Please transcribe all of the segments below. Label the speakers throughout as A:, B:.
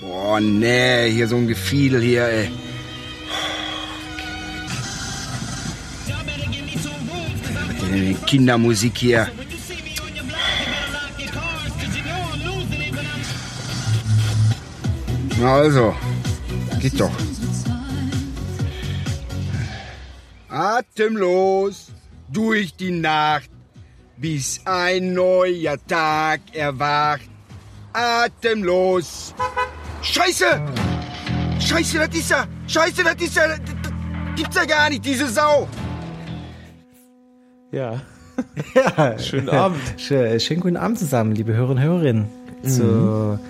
A: Boah, nee, hier so ein Gefiedel hier, ey. Äh, Kindermusik hier. Na also, geht doch. Atemlos durch die Nacht, bis ein neuer Tag erwacht. Atemlos. Scheiße! Scheiße, das ist er! Scheiße, das ist er! Das das gibt's ja gar nicht, diese Sau!
B: Ja.
C: Ja.
B: Schönen Abend.
C: Schö- äh, Schönen guten Abend zusammen, liebe Hörerinnen und Hörerinnen. Zur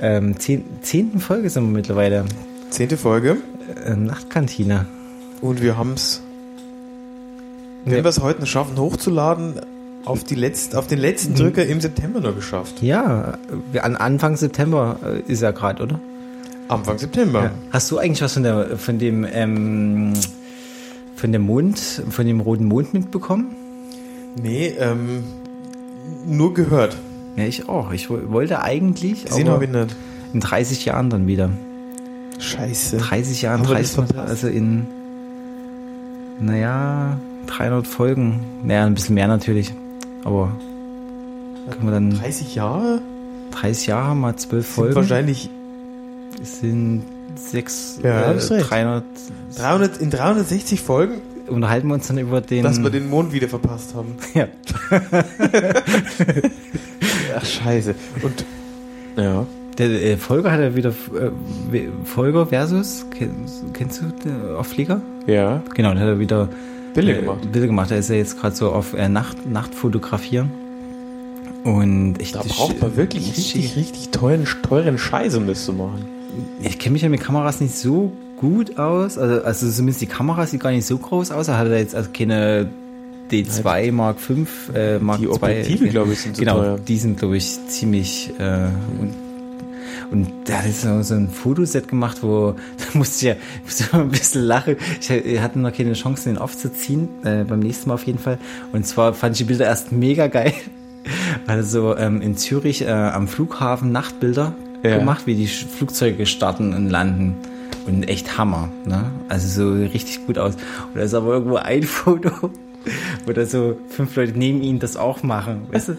C: ähm, zehn, zehnten Folge sind wir mittlerweile.
B: Zehnte Folge
C: Ähm, Nachtkantine.
B: und wir haben es. Wenn wir es heute noch schaffen, hochzuladen, auf, die letzt, auf den letzten Drücker im September noch geschafft.
C: Ja, wir- an Anfang September äh, ist er gerade, oder?
B: Anfang September.
C: Hast du eigentlich was von, der, von dem ähm, von dem Mond, von dem roten Mond mitbekommen?
B: Nee, ähm, nur gehört.
C: Ja, ich auch. Ich wo- wollte eigentlich
B: Gesehen
C: aber
B: habe ich nicht.
C: in 30 Jahren dann wieder.
B: Scheiße.
C: 30 Jahren,
B: Haben wir
C: 30
B: das
C: Mal,
B: verpasst?
C: also in naja, 300 Folgen. Naja, ein bisschen mehr natürlich. Aber können wir dann
B: 30 Jahre?
C: 30 Jahre mal 12 Folgen sind,
B: Wahrscheinlich
C: sind 6
B: Ja,
C: äh,
B: hast recht.
C: 300
B: 300, in 360 Folgen,
C: unterhalten wir uns dann über den
B: dass wir den Mond wieder verpasst haben.
C: ja.
B: Ach, scheiße. Und, ja.
C: Der äh, Folger hat ja wieder äh, we- Folger versus kennst, kennst du den auf Flieger?
B: Ja.
C: Genau, der hat er wieder
B: Bilder
C: äh,
B: gemacht.
C: Bilder gemacht. Da ist er jetzt gerade so auf äh, Nacht Nachtfotografieren und echt
B: Da
C: das
B: braucht man
C: Sch-
B: wirklich
C: das
B: richtig, richtig teuren, teuren Scheiß, um das zu machen.
C: Ich kenne mich ja mit Kameras nicht so gut aus. Also, also zumindest die Kamera sieht gar nicht so groß aus. Er hat er jetzt also keine D2 Mark 5 äh, Mark
B: Die
C: II.
B: Objektive, glaube ich, sind so
C: Genau,
B: teuer.
C: die sind, glaube ich, ziemlich... Äh, und, und da hat jetzt so- so ein Fotoset gemacht, wo da musste ich ja musste ich mal ein bisschen lachen. Ich äh, hatte noch keine Chance, den aufzuziehen. Äh, beim nächsten Mal auf jeden Fall. Und zwar fand ich die Bilder erst mega geil. Also ähm, in Zürich äh, am Flughafen Nachtbilder
B: Ja.
C: gemacht, wie die Sch- Flugzeuge starten und landen. Und echt Hammer, ne? Also so richtig gut aus. Und da ist aber irgendwo ein Foto, wo da so fünf Leute neben ihnen das auch machen. Weißt du?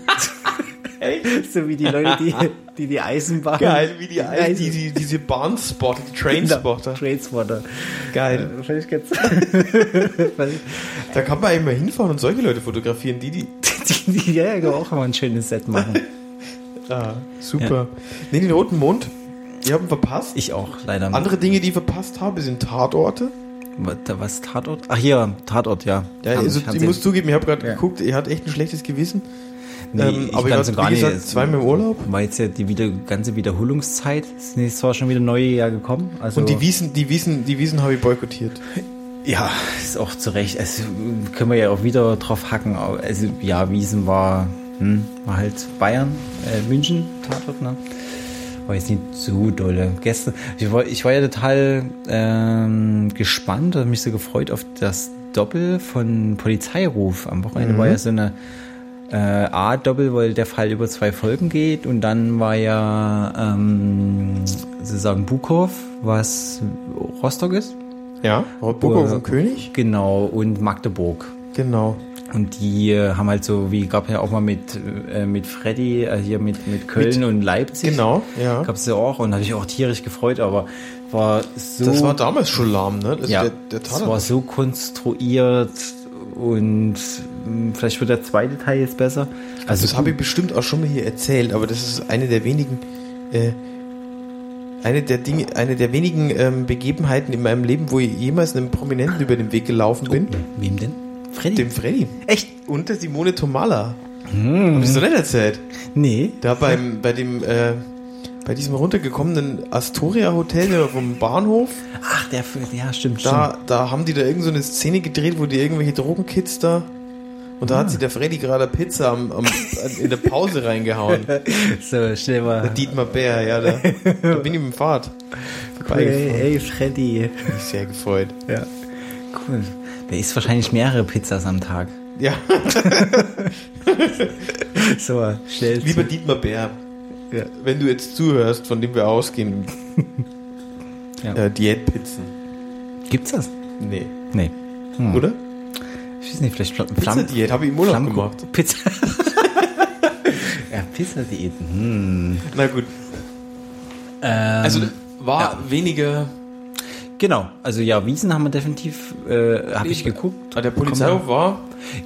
C: so wie die Leute, die die, die Eisenbahn.
B: Geil, wie die,
C: Eisen-
B: die, die diese Bahnspotter, die
C: Genau,
B: Trainspotter.
C: Trainspotter.
B: Geil.
C: Vielleicht ganz.
B: Da kann man eigentlich mal hinfahren und solche Leute fotografieren, die die.
C: die, die, ja, ja, können auch mal ein schönes Set machen.
B: Ah, super. Nee, den roten Mond, die haben verpasst.
C: Ich auch, leider.
B: Andere Dinge, die ich verpasst habe, sind Tatorte.
C: Was, was Tatort? Ach hier, Tatort, ja.
B: Ja, also, ich muss zugeben, ich habe gerade
C: Ja.
B: geguckt, er hat echt ein schlechtes Gewissen. Ähm,
C: Nee, ich
B: aber
C: ganz
B: ich
C: und gar
B: war, wie gesagt,
C: nicht.
B: zweimal im Urlaub.
C: war jetzt ja die wieder, ganze Wiederholungszeit. Ist nächstes Jahr schon wieder neue Jahr gekommen. Also,
B: Und die Wiesen, die Wiesen, die Wiesen habe ich boykottiert.
C: Ja, ist auch zu Recht. Also können wir ja auch wieder drauf hacken. Also ja, Wiesen war, hm, war halt Bayern, äh, München, Tatort, ne? War jetzt nicht so dolle. Gestern, ich war, ich war ja total ähm, gespannt und hab mich so gefreut auf das Doppel von Polizeiruf. Am Wochenende war ja so eine äh, A-Doppel, weil der Fall über zwei Folgen geht und dann war ja ähm, sozusagen Bukow, was Rostock ist.
B: Ja, Burg
C: Äh,
B: vom König.
C: Genau, und Magdeburg.
B: Genau.
C: Und die äh, haben halt so, wie gab ja auch mal mit, äh, mit Freddy, äh, hier mit, mit Köln und Leipzig.
B: Genau, ja.
C: Gab es ja auch und da habe ich auch tierisch gefreut, aber war so.
B: Das war damals schon lahm, ne? Also
C: ja,
B: der, der
C: das
B: Tatort.
C: war so konstruiert und mh, vielleicht wird der zweite Teil jetzt besser. Also
B: Das habe ich bestimmt auch schon mal hier erzählt, aber das ist eine der wenigen, äh, eine der Dinge, eine der wenigen ähm, Begebenheiten in meinem Leben, wo ich jemals einem Prominenten über den Weg gelaufen bin.
C: wem denn? Freddy?
B: Dem Freddy.
C: Echt?
B: Und der Simone Tomala. Hm. Hab ich so nicht erzählt.
C: Nee.
B: Da beim, bei dem, äh, bei diesem runtergekommenen Astoria Hotel oder vom Bahnhof,
C: Ach, der, Fre- ja, stimmt,
B: da, da haben die da irgend so eine Szene gedreht, wo die irgendwelche Drogenkids da. Und
C: Ah.
B: da hat sich der Freddy gerade Pizza am, am, in der Pause reingehauen.
C: stimmt. So, schnell mal.
B: Dietmar Bär, ja, da, da bin ich mit dem Fahrrad
C: Hey,
B: vorbeigefahren.
C: hey, Freddy.
B: Mich sehr gefreut.
C: Ja. Cool. Der isst wahrscheinlich mehrere Pizzas am Tag.
B: Ja,
C: So, schnell.
B: lieber Dietmar Bär.
C: Ja.
B: wenn du jetzt zuhörst, von dem wir ausgehen,
C: Ja.
B: äh, Diätpizzen.
C: Gibt's das?
B: Nee.
C: Nee. Hm.
B: Oder?
C: Ich weiß nicht, vielleicht Flam
B: Pizza-Diät habe ich im Urlaub
C: Flammkuchen-
B: gemacht.
C: Pizza. ja, Pizza-Diäten. Hm.
B: Na gut. Also war weniger.
C: Genau, also ja, Wiesen haben wir definitiv, äh, habe ich geguckt.
B: Ah, Der Polizeiruf war.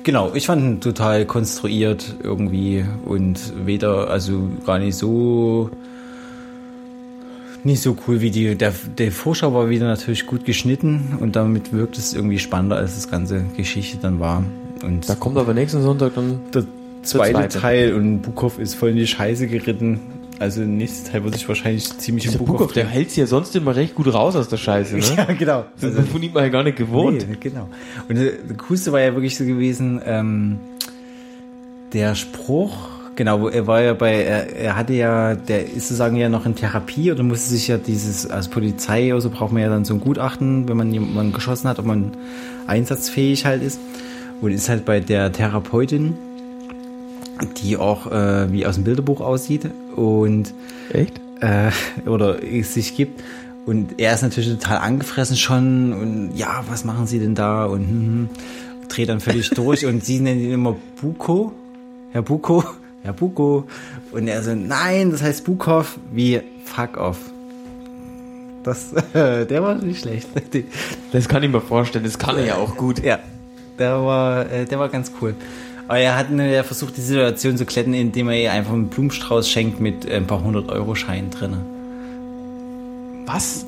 C: Genau, ich fand ihn total konstruiert irgendwie und weder, also gar nicht so, nicht so cool wie die, der, der Vorschau war wieder natürlich gut geschnitten und damit wirkt es irgendwie spannender, als das ganze Geschichte dann war. Und
B: Da kommt aber nächsten Sonntag dann.
C: der zweite,
B: zweite.
C: Teil und Bukov ist voll in die Scheiße geritten. Also der nächste Teil wird sich wahrscheinlich ziemlich
B: Der Bukov, der hält sich ja sonst immer recht gut raus aus der Scheiße, ne?
C: Also Ja, genau.
B: Das ist von ihm ja gar nicht gewohnt.
C: Nee, genau. Und äh, der coolste war ja wirklich so gewesen, ähm, der Spruch, genau, wo- er war ja bei, er, er hatte ja, der ist sozusagen ja noch in Therapie oder musste sich ja dieses, als Polizei oder so braucht man ja dann so ein Gutachten, wenn man jemanden geschossen hat, ob man einsatzfähig halt ist. Und ist halt bei der Therapeutin, die auch äh, wie aus dem Bilderbuch aussieht und
B: Echt?
C: äh, oder es sich gibt. Und er ist natürlich total angefressen schon und ja, was machen sie denn da? Und hm, hm, dreht dann völlig durch und sie nennen ihn immer Buko, Herr Buko, Herr Buko. Und er so, nein, das heißt Bukov wie Fuck off. Das, der war nicht schlecht.
B: Das kann ich mir vorstellen, das kann er ja auch gut.
C: Ja, der war, äh, der war ganz cool. Aber er hat nur ja versucht, die Situation zu kletten, indem er ihr einfach einen Blumenstrauß schenkt mit äh, ein paar hundert euro scheinen drinnen.
B: Was?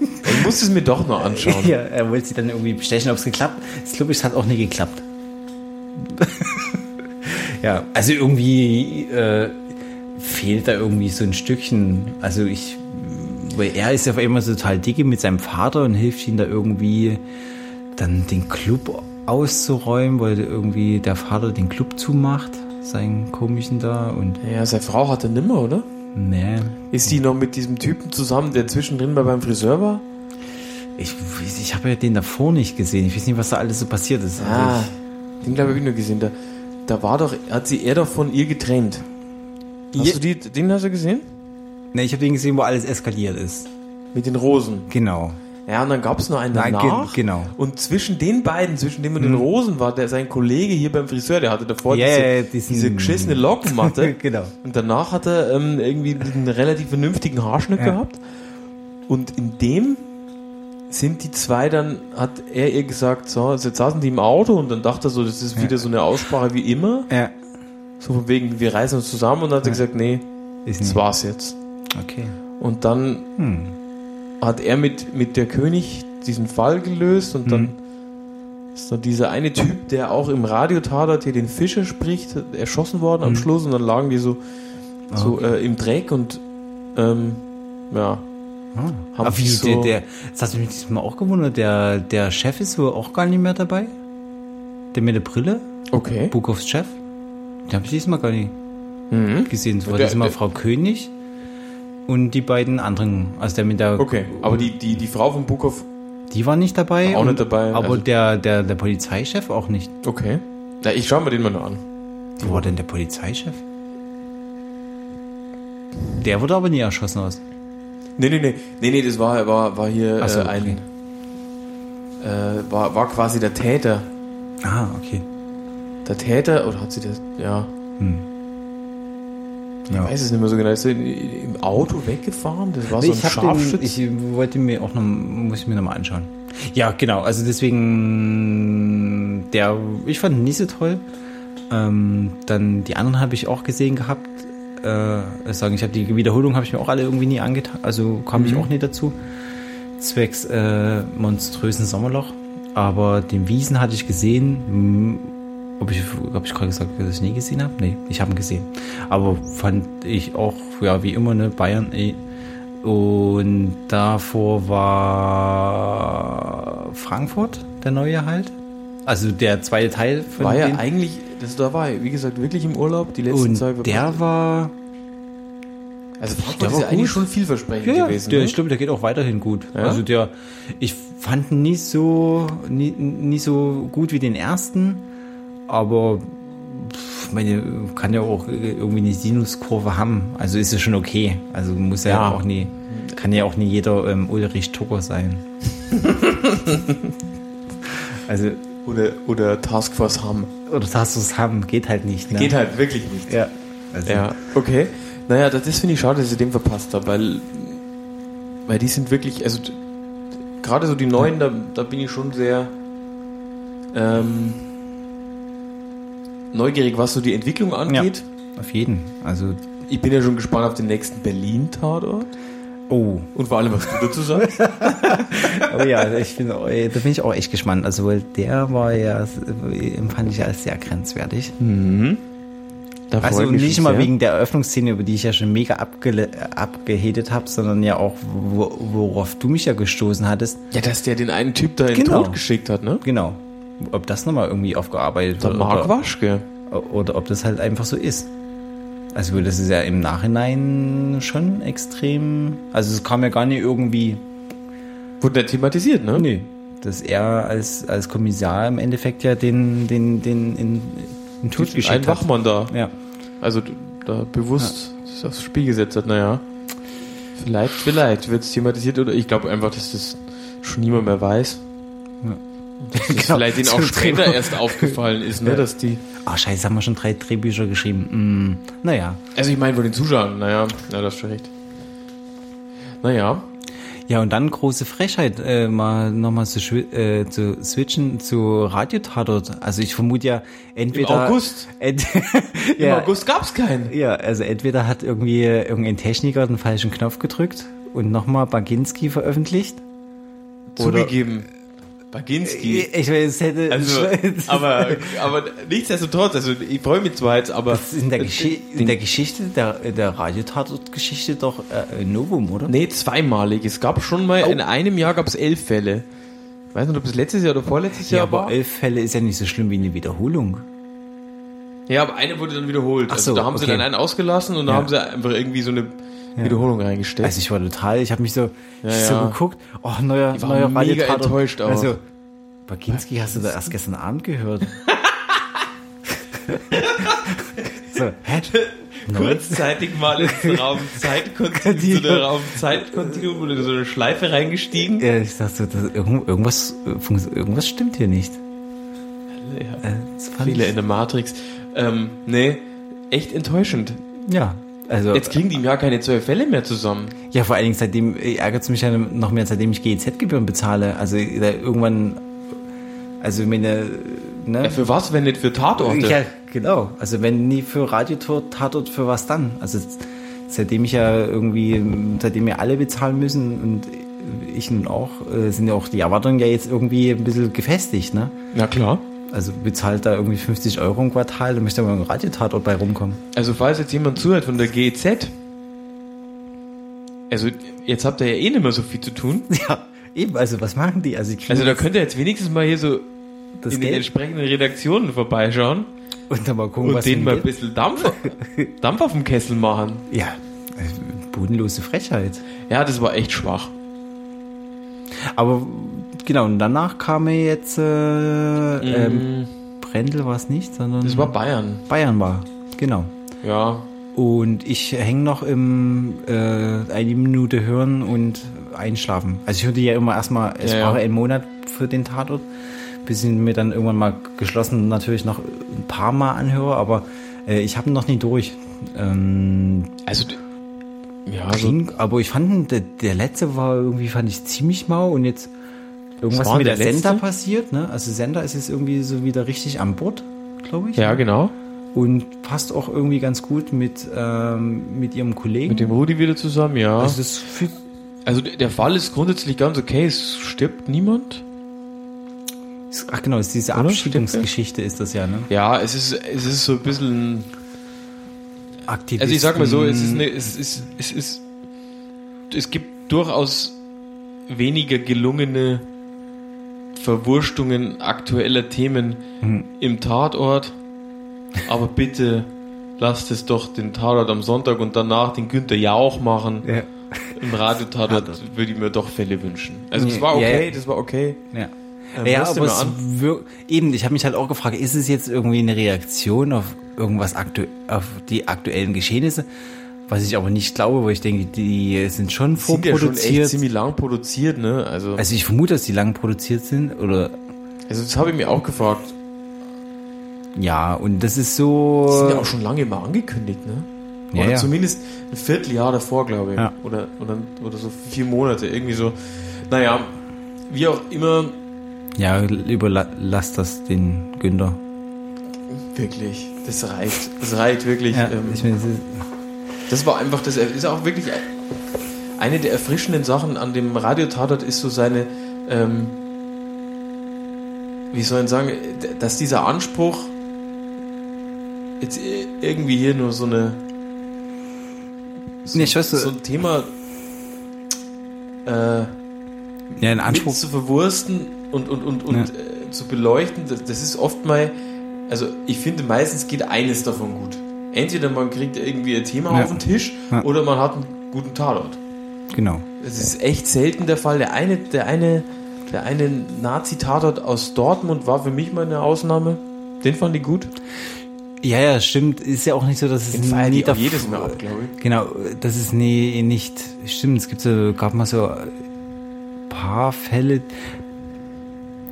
B: ich muss es mir doch noch anschauen.
C: Ja, er wollte sie dann irgendwie bestechen, ob es geklappt. Ich glaube, es hat auch nicht geklappt. ja, also irgendwie äh, fehlt da irgendwie so ein Stückchen. Also ich, weil er ist ja auf einmal so total dicke mit seinem Vater und hilft ihm da irgendwie dann den Club auszuräumen, weil irgendwie der Vater den Club zumacht, seinen komischen da und
B: Ja, seine Frau hat er nimmer, oder?
C: ne.
B: Ist die noch mit diesem Typen zusammen, der zwischendrin mal beim Friseur war?
C: Ich, ich habe ja den davor nicht gesehen. Ich weiß nicht, was da alles so passiert ist. Also
B: Ah,
C: ich,
B: den glaube ich nur gesehen. Da, da war doch, hat sie er doch von ihr getrennt. Hast
C: Je-
B: du die, den hast du gesehen?
C: Ne, ich habe den gesehen, wo alles eskaliert ist.
B: Mit den Rosen.
C: Genau.
B: Ja, und dann gab es noch einen
C: Nein,
B: danach.
C: ge- genau. Hm.
B: Und zwischen den beiden, zwischen dem und den Rosen war der sein Kollege hier beim Friseur, der hatte davor
C: Ja,
B: diese,
C: ja, diesen-
B: diese geschissene Lockenmatte.
C: Genau.
B: Und danach hat er ähm, irgendwie einen relativ vernünftigen Haarschnitt
C: Ja.
B: gehabt. Und in dem sind die zwei dann, hat er ihr gesagt, so, also jetzt saßen die im Auto und dann dachte er so, das ist wieder so eine Aussprache wie immer.
C: Ja.
B: So von wegen, wir reißen uns zusammen und dann hat er gesagt, nee,
C: Ist
B: das war's jetzt.
C: Okay.
B: Und dann
C: Hm.
B: hat er mit, mit der König diesen Fall gelöst und dann
C: Hm.
B: ist dann dieser eine Typ, der auch im Radio Tatort hier den Fischer spricht, erschossen worden
C: Hm.
B: am Schluss und dann lagen die so,
C: Ah,
B: so äh, im Dreck und ähm, ja.
C: Ah.
B: Haben
C: Aber wie
B: so-
C: der, der, das hast du mich diesmal auch gewundert, der, der Chef ist wohl auch gar nicht mehr dabei? Der mit der Brille?
B: Okay.
C: Bukows Chef? Den habe ich diesmal gar nicht
B: Mhm.
C: gesehen. Es war
B: Der-
C: diesmal
B: der-
C: Frau König und die beiden anderen. Also der mit der.
B: Okay, aber die, die, die Frau von Bukow,
C: Die war nicht dabei.
B: Auch nicht dabei,
C: Aber
B: also-
C: der, der, der Polizeichef auch nicht.
B: okay. Na, ich schaue mir den mal noch an.
C: Wo war denn der Polizeichef? Der wurde aber nie erschossen aus.
B: Nee, nee, nee, nee, nee, das war, war, war hier
C: Ach so,
B: äh, ein, äh, war, war quasi der Täter.
C: Ah, okay.
B: Der Täter, oder hat sie das, ja,
C: Ja.
B: weiß es nicht mehr so genau. Ist er im Auto weggefahren? Das war
C: Nee,
B: so ein
C: ich, hab den,
B: Scharfschütz.
C: ich wollte mir auch noch, muss ich mir nochmal anschauen. Ja, genau, also deswegen, der, ich fand ihn nicht so toll. Ähm, dann die anderen habe ich auch gesehen gehabt. Äh, ich sagen, ich habe die Wiederholung habe ich mir auch alle irgendwie nie angetan, also kam ich auch nie dazu. Zwecks äh, monströsen Sommerloch. Aber den Wiesen hatte ich gesehen. Hm, Ob ich, hab ich gerade gesagt, dass ich nie gesehen habe? Nee, ich habe ihn gesehen. Aber fand ich auch, ja, wie immer, ne, Bayern, eh, und davor war Frankfurt, der neue halt. Also der zweite Teil von
B: war ja
C: denen.
B: eigentlich, das, da war er, wie gesagt, wirklich im Urlaub. Die letzten zwei
C: Und der war.
B: also Frankfurt
C: der
B: ist
C: war
B: ja eigentlich
C: gut.
B: schon vielversprechend
C: Ja,
B: gewesen.
C: der,
B: ne?
C: ich glaube, der geht auch weiterhin gut.
B: Ja?
C: Also der, ich fand ihn nicht so, nie, nie so gut wie den ersten, aber pff, meine, kann ja auch irgendwie eine Sinuskurve haben. Also ist es schon okay. Also muss ja,
B: Ja.
C: auch nie, kann ja auch nie jeder ähm, Ulrich Tucker sein. also,
B: Oder, oder Taskforce Ham.
C: oder Tassos haben geht halt nicht. Ne?
B: Geht halt wirklich nicht.
C: Ja. Also,
B: Ja, okay. Naja, das, das finde ich schade, dass ich den verpasst habe, weil, weil die sind wirklich, also d- gerade so die neuen, da, da bin ich schon sehr ähm, neugierig, was so die Entwicklung angeht.
C: Auf jeden. Also,
B: Ich bin ja schon gespannt auf den nächsten Berlin-Tatort
C: oh.
B: und vor allem, was du dazu sagst.
C: Oh ja, ich bin, da bin ich auch echt gespannt. Also, weil der war ja, empfand ich als sehr grenzwertig.
B: Da freu
C: Also
B: ich mich
C: nicht
B: schon
C: mal
B: sehr.
C: wegen der Eröffnungsszene, über die ich ja schon mega abgele- abgehedet habe, sondern ja auch, wo, worauf du mich ja gestoßen hattest.
B: Ja, dass der den einen Typ da in
C: Genau.
B: den Tod geschickt hat, ne?
C: Genau. Ob das nochmal irgendwie aufgearbeitet
B: Der Mark
C: oder,
B: Waschke.
C: oder ob das halt einfach so ist. Also weil das ist ja im Nachhinein schon extrem. Also es kam ja gar nicht irgendwie.
B: Wurde der thematisiert, ne?
C: Nee. Dass er als, als Kommissar im Endeffekt ja den, den, den in, in Tod
B: Ein
C: geschickt hat.
B: Wachmann da.
C: Ja.
B: Also d- da bewusst sich aufs Spiel gesetzt hat, naja. Vielleicht, vielleicht wird es thematisiert oder ich glaube einfach, dass das schon niemand mehr weiß.
C: Ja.
B: Und Dass das vielleicht ihnen auch
C: So
B: später
C: drüber.
B: erst aufgefallen ist, ne, dass die.
C: Ah, scheiße, haben wir schon drei Drehbücher geschrieben. Mm, naja.
B: Also ich meine von den Zuschauern, naja, na, das ist schon recht. Naja.
C: Ja, und dann große Frechheit, äh, mal nochmal zu, schwi- äh, zu switchen zu Radiotatort. Also ich vermute ja, entweder...
B: August.
C: Ent ja,
B: Im August gab es keinen.
C: Ja, also entweder hat irgendwie irgendein Techniker den falschen Knopf gedrückt und nochmal Baginski veröffentlicht. Oder-
B: Zugegeben. Baginski.
C: Ich weiß, es hätte...
B: Also, aber, aber nichtsdestotrotz, also ich freue mich zwar jetzt, aber.
C: Das ist in der, Geschi in der Geschichte, der, der Radiotatort-Geschichte doch äh, ein Novum, oder?
B: Nee, zweimalig. Es gab schon mal, in einem Jahr gab es elf Fälle. Ich weiß nicht, ob es letztes Jahr oder vorletztes
C: Ja,
B: Jahr
C: aber
B: war.
C: elf Fälle ist ja nicht so schlimm wie eine Wiederholung.
B: Ja, aber eine wurde dann wiederholt. also
C: so,
B: da haben sie
C: okay.
B: dann einen ausgelassen und da haben sie einfach irgendwie so eine Wiederholung reingestellt.
C: Also ich war total, ich habe mich so, ich
B: ja.
C: so geguckt, oh, neuer,
B: war
C: neuer
B: mega
C: Radiotatort.
B: enttäuscht auch.
C: Also, Baginski hast du da erst gestern Abend gehört. so, hä?
B: Kurzzeitig mal ins Raumzeitkontinuum,
C: Die-
B: Raumzeitkontinuum oder so eine Schleife reingestiegen.
C: Ja, ich dachte, das, irgend- irgendwas, äh, funkt- irgendwas stimmt hier nicht. Äh,
B: Ja.
C: Das fand
B: Viele
C: ich,
B: in der Matrix. Ähm, nee, echt enttäuschend.
C: ja, also,
B: Jetzt kriegen die im Jahr keine zwölf Fälle mehr zusammen.
C: ja, vor allen Dingen seitdem ärgert es mich ja noch mehr, seitdem ich GEZ-Gebühren bezahle. Also da irgendwann, also meine, ne?
B: Ja, für was, wenn nicht für Tatorte?
C: Ja, genau. Also wenn nie für Radiotor, Tatort, für was dann? Also seitdem ich ja irgendwie, seitdem wir alle bezahlen müssen und ich nun auch, äh, sind ja auch die Erwartungen ja jetzt irgendwie ein bisschen gefestigt, ne?
B: Na klar.
C: Also bezahlt da irgendwie 50 Euro im Quartal, dann möchte mal ein Radiotatort bei rumkommen.
B: Also falls jetzt jemand zuhört von der GEZ, also jetzt habt ihr ja eh nicht mehr so viel zu tun.
C: Ja, eben, also was machen die? Also, die kriegen
B: Also da könnt ihr jetzt wenigstens mal hier so
C: das
B: in den
C: Geld
B: entsprechenden Redaktionen vorbeischauen
C: und dann mal gucken,
B: und
C: was
B: denen mal
C: mit
B: ein bisschen
C: Geld-
B: Dampf, Dampf auf dem Kessel machen.
C: Ja, also, bodenlose Frechheit.
B: Ja, das war echt schwach.
C: Aber genau, und danach kam ja jetzt, äh, ähm,
B: Ähm,
C: Brendel war es nicht, sondern...
B: das war Bayern.
C: Bayern war, genau.
B: Ja.
C: Und ich hänge noch im äh, eine Minute hören und einschlafen. Also ich hörte ja immer erstmal, es
B: Ja, ja.
C: war ein Monat für den Tatort, bis ich mir dann irgendwann mal geschlossen natürlich noch ein paar Mal anhöre, aber äh, ich habe ihn noch nie durch. Ähm,
B: Also d- ja, so,
C: ging, aber ich fand, ihn, der, der letzte war irgendwie, fand ich ziemlich mau und jetzt irgendwas
B: war
C: mit der,
B: der letzte?
C: Sender passiert, ne? Also Sender ist jetzt irgendwie so wieder richtig an Bord, glaube ich. ne?
B: ja genau.
C: Und passt auch irgendwie ganz gut mit, ähm, mit ihrem Kollegen.
B: Mit dem Rudi wieder zusammen, ja.
C: also das fühlt,
B: Also d- der Fall ist grundsätzlich ganz okay. Es stirbt niemand.
C: ach genau, ist diese
B: Oder?
C: Abschiedungsgeschichte ist das ja, ne?
B: Ja, es ist, es ist so ein bisschen
C: Aktivisten.
B: Also ich sag mal so, es ist, eine, es ist, es ist, es gibt durchaus weniger gelungene Verwurstungen aktueller Themen
C: Hm.
B: im Tatort. Aber bitte lasst es doch den Tatort am Sonntag und danach den Günther Jauch machen.
C: Ja.
B: Im Radiotatort würde ich mir doch Fälle wünschen. Also es war
C: Ja,
B: okay,
C: ja.
B: das war okay.
C: ja. Ja,
B: äh, hörst du
C: aber
B: mir
C: es
B: an?
C: wir- eben, ich habe mich halt auch gefragt, ist es jetzt irgendwie eine Reaktion auf irgendwas aktu auf die aktuellen Geschehnisse? Was ich aber nicht glaube, weil ich denke, die sind schon
B: Sind ja schon echt
C: vorproduziert.
B: ziemlich lang produziert, ne? Also, also,
C: also ich vermute, dass die lang produziert sind oder
B: das habe ich mir auch gefragt.
C: ja, und das ist
B: Die sind ja
C: so
B: auch schon lange mal angekündigt, ne?
C: Äh, Ja,
B: oder
C: ja.
B: zumindest ein Vierteljahr davor, glaube ich.
C: Ja.
B: Oder, oder, oder so vier Monate, irgendwie so. Naja, wie auch immer,
C: ja, überlass das den Günther.
B: wirklich, das reicht. Das reicht wirklich.
C: Ja,
B: ähm,
C: ich meine, das ist-
B: Das war einfach, das ist auch wirklich e-, eine der erfrischenden Sachen an dem Radiotatort ist so seine, ähm, wie soll ich sagen, dass dieser Anspruch jetzt i- irgendwie hier nur so eine so,
C: Nee, ich weiß,
B: so ein Thema äh,
C: ja, ein
B: mit
C: Anspruch.
B: zu verwursten und, und, und, und
C: Ja.
B: äh, zu beleuchten, das, das ist oft mal, also ich finde, meistens geht eines davon gut. Entweder man kriegt irgendwie ein Thema
C: Ja.
B: auf den Tisch
C: Ja.
B: oder man hat einen guten Tatort.
C: Genau.
B: Das ist echt selten der Fall. Der eine, der eine, der eine Nazi-Tatort aus Dortmund war für mich mal eine Ausnahme. Den fand ich gut.
C: Ja, ja, stimmt. Ist ja auch nicht so, dass es
B: feiert
C: nie
B: die auch
C: der
B: jedes Mal ab, glaube ich.
C: Genau, das ist nie, nicht stimmt. Es gibt so, gab mal so ein paar Fälle,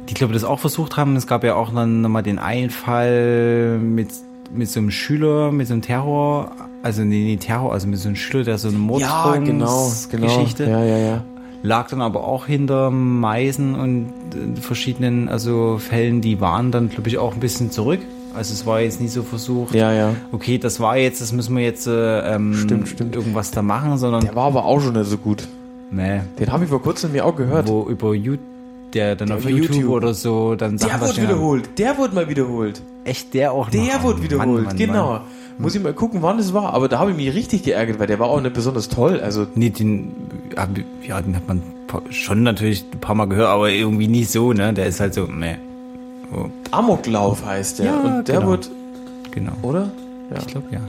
C: die glaube ich das auch versucht haben. Es gab ja auch dann nochmal den einen Fall mit, mit so einem Schüler, mit so einem Terror, also nee, nee, Terror, also mit so einem Schüler, der so eine Morddrohungsgeschichte
B: genau, Ja, ja, ja.
C: lag dann aber auch hinter Meisen und äh, verschiedenen also Fällen, die waren dann glaube ich auch ein bisschen zurück. Also es war jetzt nicht so versucht.
B: Ja, ja.
C: Okay, das war jetzt, das müssen wir jetzt äh, ähm,
B: Stimmt, stimmt.
C: irgendwas da machen, sondern
B: Der war aber auch schon nicht so gut.
C: nee,
B: Den habe ich vor kurzem mir auch gehört.
C: wo über YouTube der dann auf
B: über
C: YouTube,
B: YouTube.
C: oder so dann Sachen
B: Der wurde
C: verstehen haben.
B: wiederholt. Der wurde mal wiederholt.
C: Echt der auch
B: Der
C: noch?
B: wurde
C: Mann,
B: wiederholt,
C: Mann,
B: genau.
C: Mann.
B: Muss ich mal gucken, wann das war. Aber da habe ich mich richtig geärgert, weil der war auch nicht besonders toll. Also
C: Nee, den hab, ja, den hat man pa- schon natürlich ein paar Mal gehört, aber irgendwie nicht so, ne? Der ist halt so, nee,
B: Amoklauf heißt der.
C: Ja,
B: Und der
C: genau.
B: wurde,
C: genau.
B: oder? Ja.
C: Ich glaube ja.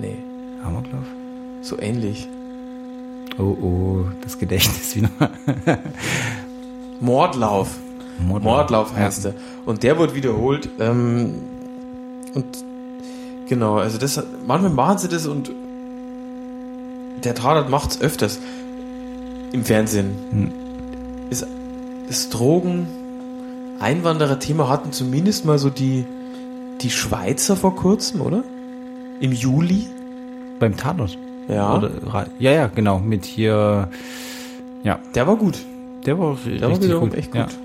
B: Nee,
C: Amoklauf.
B: so ähnlich.
C: Oh oh, das Gedächtnis wieder.
B: Mordlauf.
C: Mordlauf.
B: Mordlauf heißt der. Und der wurde wiederholt. Ähm, und genau, also das manchmal machen sie das und der Tatort macht es öfters im Fernsehen.
C: Hm.
B: Ist, das Drogen Einwanderer-Thema hatten zumindest mal so die, die Schweizer vor kurzem, oder? Im Juli?
C: Beim Tatort.
B: Ja.
C: Oder, Ra- ja, ja, genau. Mit hier.
B: Der war gut.
C: Der war
B: Der war
C: richtig
B: wiederum
C: gut.
B: echt
C: Ja.
B: gut.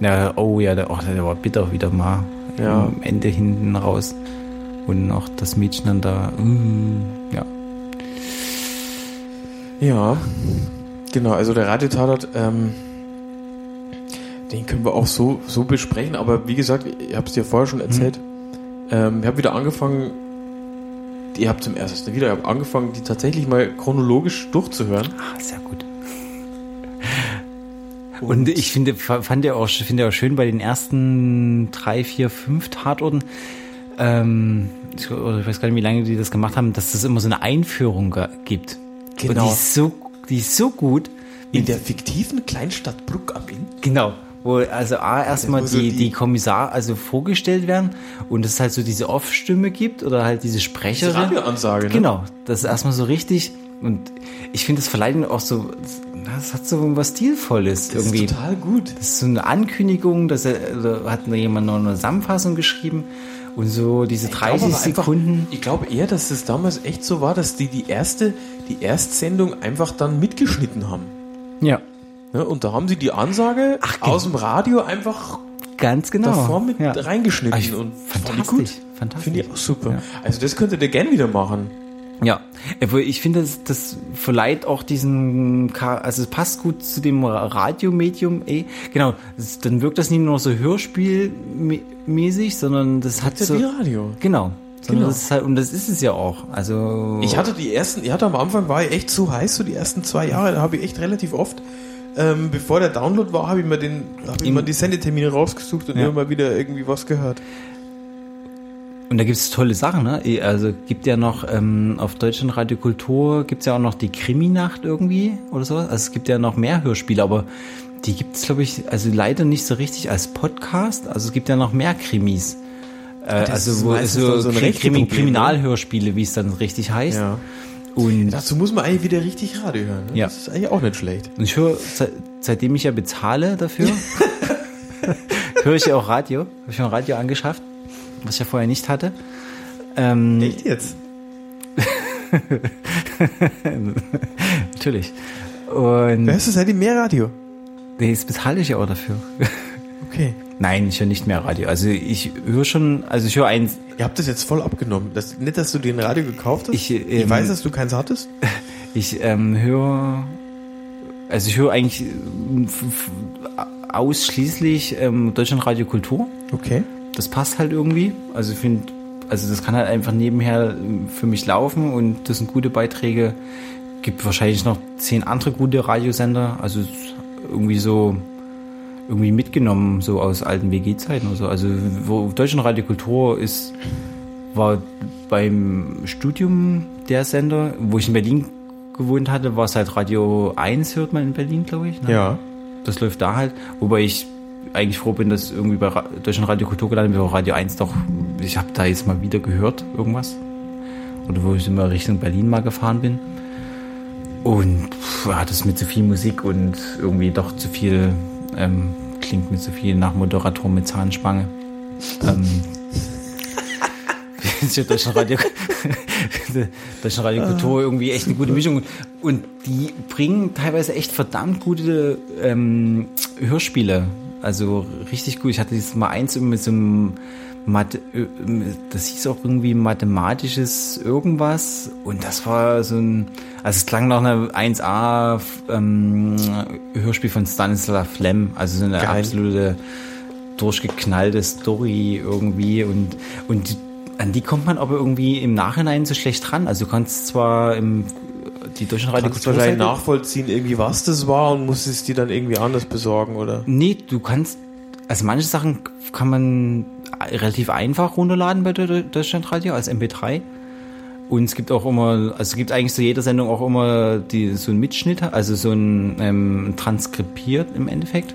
C: Ja, oh ja, der, oh, der war bitter wieder mal.
B: Ja.
C: Am Ende hinten raus. Und auch das Mädchen dann da. mm, ja.
B: Ja, genau, also der Radiotatort, ähm, den können wir auch so, so besprechen, aber wie gesagt, ich habe es dir vorher schon erzählt, ähm, ich habe wieder angefangen, ich habe zum ersten wieder ich hab angefangen, die tatsächlich mal chronologisch durchzuhören.
C: Ah, sehr gut. Und ich finde, fa- fand ja auch, finde ja auch schön bei den ersten drei, vier, fünf Tatorten, ähm, ich oder ich weiß gar nicht, wie lange die das gemacht haben, dass es immer so eine Einführung ge- gibt.
B: Genau.
C: Und die ist so, die ist so gut.
B: In der fiktiven Kleinstadt Bruck am Inn.
C: Genau. Wo also A erstmal
B: Wo so
C: die,
B: die-
C: die Kommissar also vorgestellt werden und es halt so diese Off-Stimme gibt oder halt diese Sprecherin.
B: Radioansage, ne?
C: Genau. Das ist erstmal so richtig. Und ich finde das Verleiten auch so, das hat so was Stilvolles irgendwie.
B: Ist total gut.
C: Das ist so eine Ankündigung, dass er, da hat da jemand noch eine Zusammenfassung geschrieben und so diese
B: Ich glaub
C: 30
B: aber einfach-
C: Sekunden.
B: Ich glaube eher, dass das damals echt so war, dass die die erste, die Erstsendung einfach dann mitgeschnitten haben.
C: Ja.
B: Ne? Und da haben sie die Ansage aus dem Radio einfach
C: Ganz genau.
B: davor mit
C: ja.
B: reingeschnitten
C: Ah, ich-
B: und
C: fantastisch,
B: fand ich
C: fantastisch.
B: Finde ich auch super.
C: Ja.
B: Also das könntet ihr gern wieder machen.
C: Ja, obwohl ich finde, das, das verleiht auch diesen, Ka- also es passt gut zu dem Ra- Radiomedium eh. Genau, das, dann wirkt das nicht nur so Hörspielmäßig, sondern das hat
B: Das ist
C: so,
B: ja wie Radio.
C: genau, sondern
B: Genau.
C: das ist halt, und das ist es ja auch. Also
B: Ich hatte die ersten, ich hatte am Anfang war ich echt so heiß, so die ersten zwei Jahre, da habe ich echt relativ oft, ähm, bevor der Download war, habe ich mir den, habe ich
C: Im-
B: mir die Sendetermine rausgesucht und
C: Ja.
B: immer wieder irgendwie was gehört.
C: Und da gibt's tolle Sachen, ne? Also gibt ja noch ähm, auf Deutschland Radio Kultur gibt's ja auch noch die Kriminacht irgendwie oder sowas. Also es gibt ja noch mehr Hörspiele, aber Die gibt es, glaube ich, also leider nicht so richtig als Podcast. Also es gibt ja noch mehr Krimis. Äh,
B: Ah, das
C: also
B: ist
C: wo,
B: meistens
C: so,
B: dann so ein
C: Kri Krimi
B: Rechteproblem, ne?
C: Kriminalhörspiele, wie es dann richtig heißt.
B: Ja.
C: Und
B: Dazu muss man eigentlich wieder richtig Radio hören. Ne?
C: Ja.
B: Das ist eigentlich auch nicht schlecht.
C: Und ich höre, seit, seitdem ich ja bezahle dafür, höre ich ja auch Radio. Habe ich mir ein Radio angeschafft, was ich ja vorher nicht hatte. Ähm,
B: Echt jetzt?
C: natürlich. Und
B: Hörst du seitdem mehr Radio?
C: nee, das bezahle ich ja auch dafür.
B: Okay.
C: Nein, ich höre nicht mehr Radio. Also ich höre schon, also ich höre eins,
B: Ihr habt das jetzt voll abgenommen. Das, nicht, dass du den Radio gekauft hast.
C: Ich, ähm,
B: weiß, dass du keins hattest.
C: ich ähm, höre, also ich höre eigentlich ähm, f- f- ausschließlich ähm, Deutschlandradio Kultur.
B: Okay.
C: das passt halt irgendwie. Also ich finde, also das kann halt einfach nebenher ähm, für mich laufen und das sind gute Beiträge. Gibt wahrscheinlich noch zehn andere gute Radiosender. Also es ist irgendwie so irgendwie mitgenommen so aus alten WG-Zeiten oder so. Also wo Deutschland Radio Kultur ist war beim Studium der Sender, wo ich in Berlin gewohnt hatte, war es halt Radio 1 hört man in Berlin, glaube ich. Ne?
B: Ja.
C: das läuft da halt. Wobei ich eigentlich froh bin, dass irgendwie bei Ra Deutschland Radio Kultur gelandet bin, aber Radio 1 doch, ich habe da jetzt mal wieder gehört, irgendwas. Oder wo ich immer Richtung Berlin mal gefahren bin. Und pff, hat es mir zu viel Musik und irgendwie doch zu viel, ähm, klingt mir zu viel nach Moderator mit Zahnspange. Ähm, ich hab Deutschland Radio, Deutschland Radio Kultur irgendwie echt eine gute Mischung. Und die bringen teilweise echt verdammt gute ähm, Hörspiele. Also richtig gut. Ich hatte jetzt mal eins mit so einem Mathe, äh, das hieß auch irgendwie mathematisches irgendwas. Und das war so ein, also es klang nach einer 1A ähm, Hörspiel von Stanislav Lem. Also so eine
B: Geil.
C: absolute durchgeknallte Story irgendwie und, und die, an die kommt man aber irgendwie im Nachhinein so schlecht ran. Also du kannst zwar im, die Deutschlandradio
B: Kannst du wahrscheinlich nachvollziehen, irgendwie was das war und musst es dir dann irgendwie anders besorgen, oder?
C: Nee, du kannst, also manche Sachen kann man relativ einfach runterladen bei Deu- Deutschlandradio als MP3. Und es gibt auch immer, also es gibt eigentlich zu jeder Sendung auch immer die, so einen Mitschnitt, also so ein ähm, transkribiert im Endeffekt.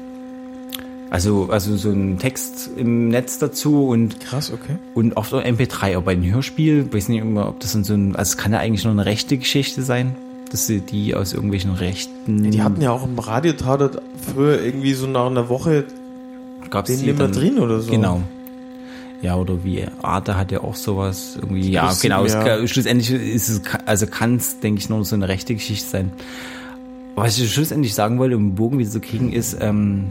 C: Also, also so ein Text im Netz dazu und
B: Krass, okay.
C: Und oft auch MP3, auch bei den Hörspielen, weiß nicht immer, ob das dann so ein, also es kann ja eigentlich nur eine rechte Geschichte sein, dass sie die aus irgendwelchen Rechten.
B: Die hatten ja auch im Radiotatort früher irgendwie so nach einer Woche
C: gab's
B: den
C: die
B: nimmer
C: dann-
B: drin oder so.
C: Genau. Ja, oder wie Arte hat ja auch sowas irgendwie. Ja,
B: Bisschen,
C: genau. Es,
B: ja.
C: kann- Schlussendlich ist es, also kann es, denke ich, nur so eine rechte Geschichte sein. Was ich schlussendlich sagen wollte, um den Bogen wieder zu kriegen, ist, ähm,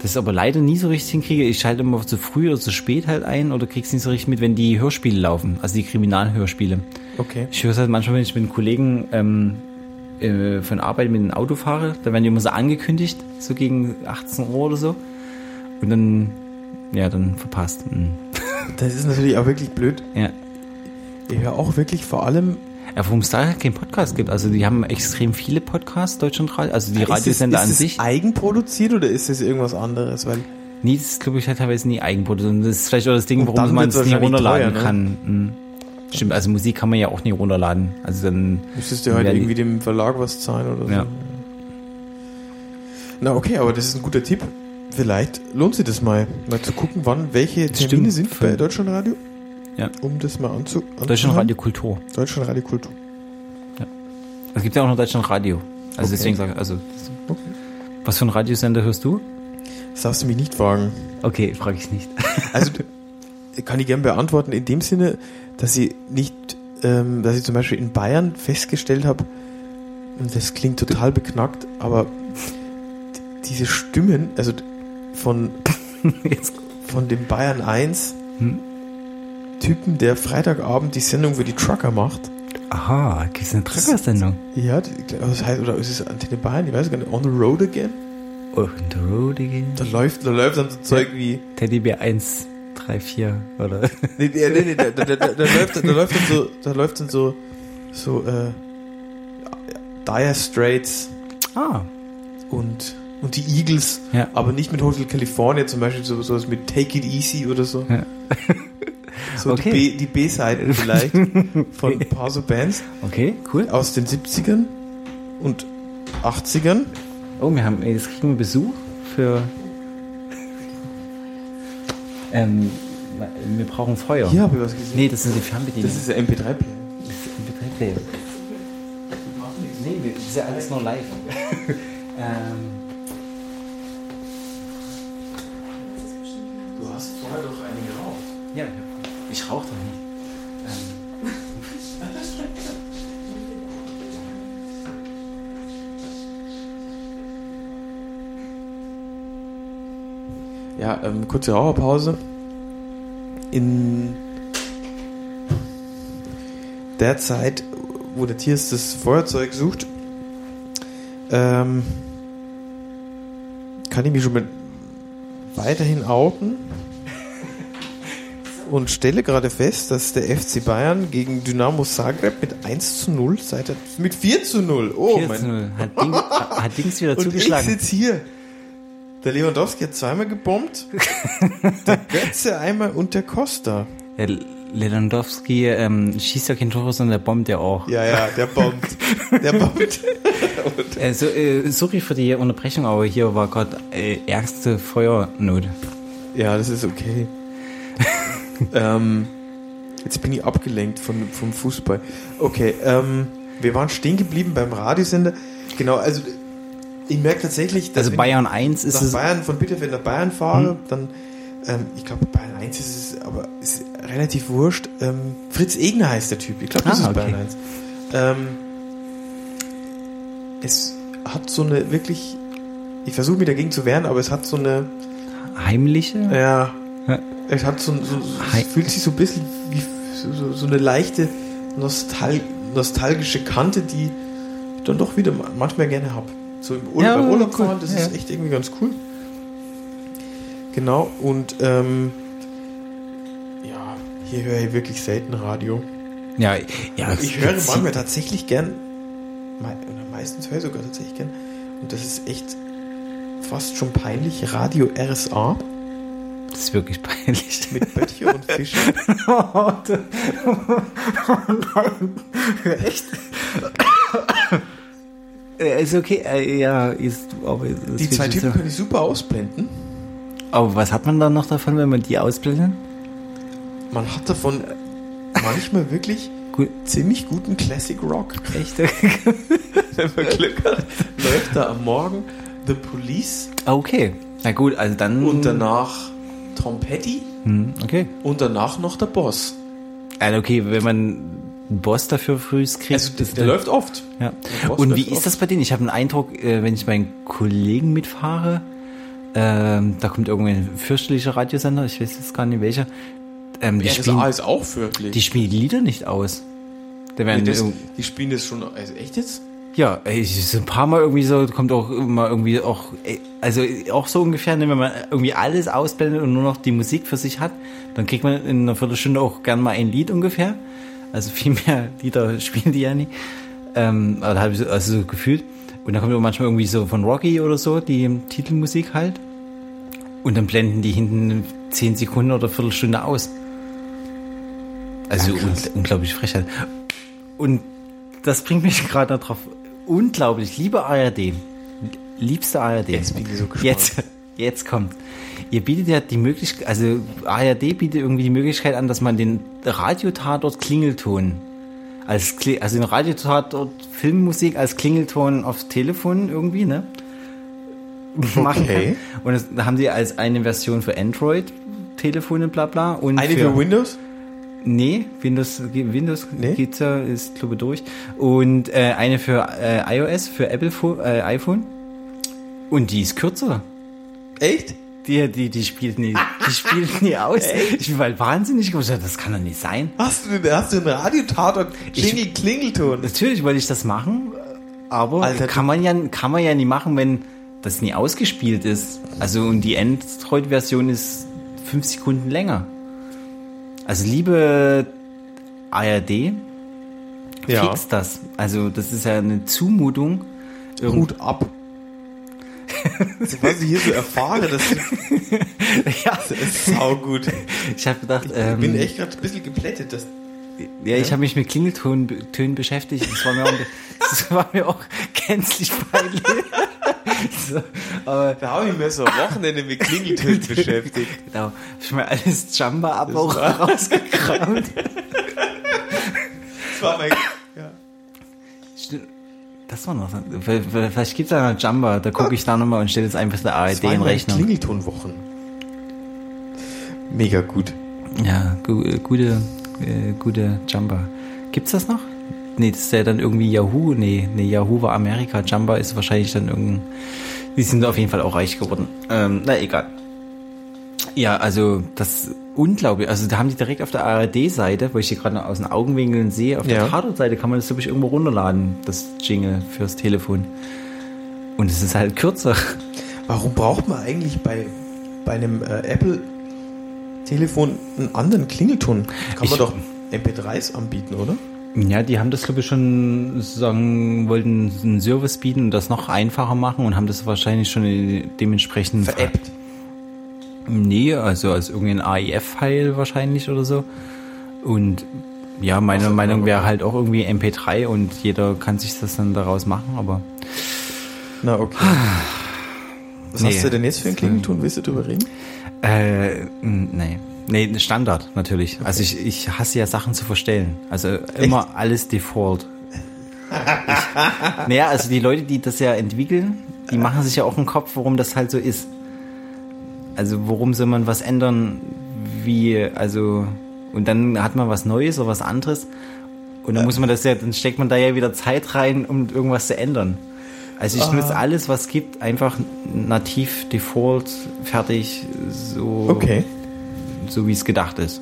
C: das ist aber leider nie so richtig hinkriege. Ich schalte immer zu früh oder zu spät halt ein oder krieg's nicht so richtig mit, wenn die Hörspiele laufen, also die Kriminalhörspiele.
B: Okay.
C: Ich höre es halt manchmal, wenn ich mit Kollegen ähm, äh, von Arbeit mit dem Auto fahre, da werden die immer so angekündigt, so gegen 18 Uhr oder so. Und dann, ja, dann verpasst. Mhm.
B: Das ist natürlich auch wirklich blöd.
C: Ja.
B: Ich höre auch wirklich vor allem
C: ja, warum es da keinen Podcast gibt. Also die haben extrem viele Podcasts, Deutschlandradio, also die Radiosender
B: ist es,
C: an
B: ist
C: sich.
B: Es eigenproduziert oder ist es irgendwas anderes? Weil
C: Nee, das ist, glaube ich, halt teilweise nie Eigenprodukt. Und das ist vielleicht auch das Ding,
B: Und
C: warum
B: dann
C: man
B: wird's
C: es nie
B: wahrscheinlich
C: runterladen
B: teuer, ne?
C: kann. Mhm. Stimmt, also Musik kann man ja auch nie runterladen. Also dann,
B: müsstest du halt
C: Ja, die-
B: irgendwie dem Verlag was zahlen oder so.
C: Ja.
B: Na okay, aber das ist ein guter Tipp. Vielleicht lohnt sich das mal, mal zu gucken, wann welche Termine
C: Stimmt.
B: sind bei Deutschlandradio.
C: Ja.
B: Um das mal anzu anzuhören.
C: Deutschlandradio Kultur.
B: Deutschlandradio Kultur.
C: Es gibt ja auch noch Deutschlandradio. Also
B: Okay.
C: deswegen sage ich, also das-
B: Okay.
C: Was für einen Radiosender hörst du?
B: Das darfst du mich nicht fragen.
C: Okay, frage ich nicht.
B: Also d- kann ich gern beantworten in dem Sinne, dass sie nicht, ähm, dass ich zum Beispiel in Bayern festgestellt habe, und das klingt total beknackt, aber d- diese Stimmen, also d- von,
C: Jetzt,
B: von dem Bayern 1
C: Hm.
B: Typen, der Freitagabend die Sendung für die Trucker macht.
C: aha, gibt's eine Trucker-Sendung?
B: Ja, die- ich glaub, das heißt, oder ist es Antenne Bayern? Ich weiß gar nicht. On the Road Again?
C: Oh, in der Road again.
B: Da läuft, da läuft dann so Zeug wie.
C: Teddybär 134, oder?
B: Nee, nee, nee, nee da, da, da, da, läuft, da läuft dann so, da läuft dann so, so, äh, Dire Straits
C: Ah,
B: und, und die Eagles,
C: Ja.
B: aber nicht mit Hotel California, zum Beispiel so- sowas mit Take It Easy oder so.
C: Ja.
B: So
C: Okay.
B: die B- die B-Seiten vielleicht von ein paar so Bands
C: okay, cool.
B: aus den 70ern und 80ern.
C: Oh, wir haben, äh, jetzt kriegen wir Besuch.
B: für.
C: Ähm, wir brauchen Feuer.
B: Hier habe ich was gesehen.
C: Nee, das sind die Fernbedienung.
B: Das ist der MP3-Player.
C: Das ist MP3-Player. Nee, wir- das ist ja alles noch live. ähm,
B: Du hast vorher doch einen geraucht.
C: ja, ich rauche doch nicht. Ähm,
B: Ja, ähm, kurze Raucherpause. In der Zeit, wo der Tiers das Feuerzeug sucht, ähm, kann ich mich schon mit weiterhin outen und stelle gerade fest, dass der FC Bayern gegen Dynamo Zagreb mit 1 zu 0 seit der, mit 4 zu 0. Oh, mein
C: 14:0. hat, Ding, hat Dings wieder
B: und ich
C: zugeschlagen.
B: sitze hier. Der Lewandowski hat zweimal gebombt. der Götze einmal und der Costa.
C: Der Lewandowski ähm, schießt ja kein Tor, sondern der bombt ja auch.
B: Ja, ja, der bombt. Der bombt.
C: Äh, so, äh, sorry für die Unterbrechung, aber hier war gerade äh, ärgste Feuernot. Also
B: Ja, das ist okay. ähm, jetzt bin ich abgelenkt von, vom Fußball. Okay, ähm, wir waren stehen geblieben beim Radiosender. Genau, also ich merke tatsächlich, dass
C: Also
B: wenn
C: Bayern 1
B: ich
C: ist
B: nach
C: es. Hm.
B: Bayern, von Bitterfeld nach Bayern fahre, dann, ähm, ich glaube, Bayern 1 ist es, aber ist relativ wurscht. Ähm, Fritz Egner heißt der Typ. Ich glaube, das
C: Ah,
B: ist
C: okay.
B: Bayern 1. Ähm, es hat so eine wirklich, ich versuche mich dagegen zu wehren, aber es hat so eine
C: Heimliche?
B: ja.
C: Ja.
B: Es hat so, so, so
C: Hi.
B: es fühlt sich so ein bisschen wie so, so, so eine leichte nostal nostalgische Kante, die ich dann doch wieder ma- manchmal gerne habe. So im Urlaub,
C: Ja,
B: beim Urlaub
C: cool.
B: fahren, das
C: Ja,
B: ist
C: ja.
B: echt irgendwie ganz cool. Genau, und ähm, ja, hier höre ich wirklich selten Radio.
C: Ja, ja.
B: Ich höre
C: das-
B: manchmal tatsächlich gern, mei- oder meistens höre ich sogar tatsächlich gern, und das ist echt fast schon peinlich, Radio RSA
C: Das ist wirklich peinlich.
B: mit Böttcher und Fischer.
C: Echt? Äh, ist okay, äh, ja, ist, aber ist,
B: Die
C: ist
B: zwei
C: wirklich
B: Typen
C: so.
B: kann ich super ausblenden.
C: Aber was hat man dann noch davon, wenn man die ausblendet?
B: Man hat davon manchmal wirklich
C: Gut.
B: ziemlich guten Classic Rock.
C: Echt?
B: Wenn man Glück hat, läuft da am Morgen The Police
C: Okay. Na gut, also dann.
B: und danach Tom Petty
C: Hm, okay.
B: und danach noch der Boss.
C: Also okay, wenn man einen Boss dafür früh kriegt.
B: Also der,
C: das-
B: der läuft oft.
C: Ja.
B: Der Boss
C: Und
B: läuft
C: wie ist
B: oft.
C: das bei denen? Ich habe den Eindruck, äh, wenn ich meinen Kollegen mitfahre, ähm, da kommt irgendwie ein fürchterlicher Radiosender, ich weiß jetzt gar nicht welcher. Ähm, die,
B: Ja, das A
C: spielen,
B: ist auch fürchtlich.
C: die spielen die Lieder nicht aus. Da
B: Nee,
C: werden
B: das,
C: irgend-
B: die spielen das schon. Also echt jetzt?
C: ja, ey, ich- so ein paar Mal irgendwie so, kommt auch immer irgendwie auch, ey, also auch so ungefähr, ne, wenn man irgendwie alles ausblendet und nur noch die Musik für sich hat, dann kriegt man in einer Viertelstunde auch gern mal ein Lied ungefähr. Also viel mehr Lieder spielen die ja nicht. Ähm, aber da habe ich so, also so gefühlt. Und dann kommt auch manchmal irgendwie so von Rocky oder so, die Titelmusik halt. Und dann blenden die hinten 10 Sekunden oder Viertelstunde aus. Also un unglaublich Frechheit. Und das bringt mich gerade darauf. Unglaublich, liebe ARD, liebste ARD. Jetzt
B: bin ich so gespannt.
C: Jetzt, jetzt kommt. Ihr bietet ja die Möglichkeit, also ARD bietet irgendwie die Möglichkeit an, dass man den Radiotatort Klingelton als Kli- also den Radiotatort Filmmusik als Klingelton aufs Telefon irgendwie, ne? Machen
B: Okay.
C: kann. Und das haben sie als eine Version für Android Telefone bla bla und
B: Eine
C: für
B: für Windows?
C: Nee, Windows, Windows
B: Nee?
C: geht's ja, ist glaube ich, durch. Und äh, eine für äh, iOS, für Apple Fo- äh, iPhone. Und die ist kürzer.
B: Echt?
C: Die, die, die spielt nie, die spielt nie aus. Ich bin bald wahnsinnig geworden. Das kann doch nicht sein.
B: Hast du, hast du einen Radiotatort? Jingle Klingelton.
C: Natürlich wollte ich das machen, aber
B: Alter,
C: Also kann man ja, kann man ja nie machen, wenn das nie ausgespielt ist. Also und die Android-Version ist fünf Sekunden länger. Also liebe ARD,
B: Ja.
C: fixt das. Also das ist ja eine Zumutung. Irgend-
B: Hut ab. Also, was ich hier so erfahre, das
C: ja,
B: ist saugut.
C: ich habe gedacht,
B: Ich bin
C: ähm,
B: echt gerade ein bisschen geplättet. Das,
C: ja, ich habe mich mit Klingeltönen Tönen beschäftigt. Das war mir auch, das war mir auch gänzlich peinlich. so, Aber
B: Da habe ich mir so am Wochenende mit Klingeltönen beschäftigt.
C: genau, ich mir alles Jamba ab auch rausgekramt.
B: Das war mein.
C: Stimmt. Das war noch so. Vielleicht gibt es da noch Jamba, da gucke ich da nochmal und stelle jetzt einfach der ARD in Rechnung.
B: Klingeltonwochen. Mega gut.
C: Ja, gu äh, gute, äh, gute Jamba. Gibt's das noch? Nee, das ist ja dann irgendwie Yahoo. Nee, nee, Yahoo war Amerika. Jamba ist wahrscheinlich dann irgendein. Die sind auf jeden Fall auch reich geworden. Ähm, na egal. Ja, also das ist unglaublich. Also da haben die direkt auf der ARD-Seite, wo ich die gerade noch aus den Augenwinkeln sehe, auf
B: Ja.
C: der Tatort-Seite kann man das wirklich irgendwo runterladen, das Jingle fürs Telefon. Und es ist halt kürzer.
B: Warum braucht man eigentlich bei, bei einem äh, Apple-Telefon einen anderen Klingelton? Kann
C: Ich-
B: man doch MP3s anbieten, oder?
C: Ja, die haben das, glaube ich, schon sagen, wollten einen Service bieten und das noch einfacher machen und haben das wahrscheinlich schon in- dementsprechend.
B: Veräppt.
C: Nee, also als irgendein AIF-File wahrscheinlich oder so. Und ja, meine Meinung wäre halt auch irgendwie MP3 und jeder kann sich das dann daraus machen, aber.
B: Na, okay. Was
C: Nee.
B: hast du denn jetzt für einen Klingelton? Willst du drüber reden?
C: Äh, m, nee. Nee, Standard natürlich. Also ich, ich hasse ja Sachen zu verstellen. Also immer alles Default. Ich, naja, also die Leute, die das ja entwickeln, die machen sich ja auch einen Kopf, warum das halt so ist. Also warum soll man was ändern, wie, also, und dann hat man was Neues oder was anderes. Und dann muss man das ja, dann steckt man da ja wieder Zeit rein, um irgendwas zu ändern. Also ich nutze alles, was gibt, einfach nativ, default, fertig, so,
B: Okay.
C: so wie es gedacht ist.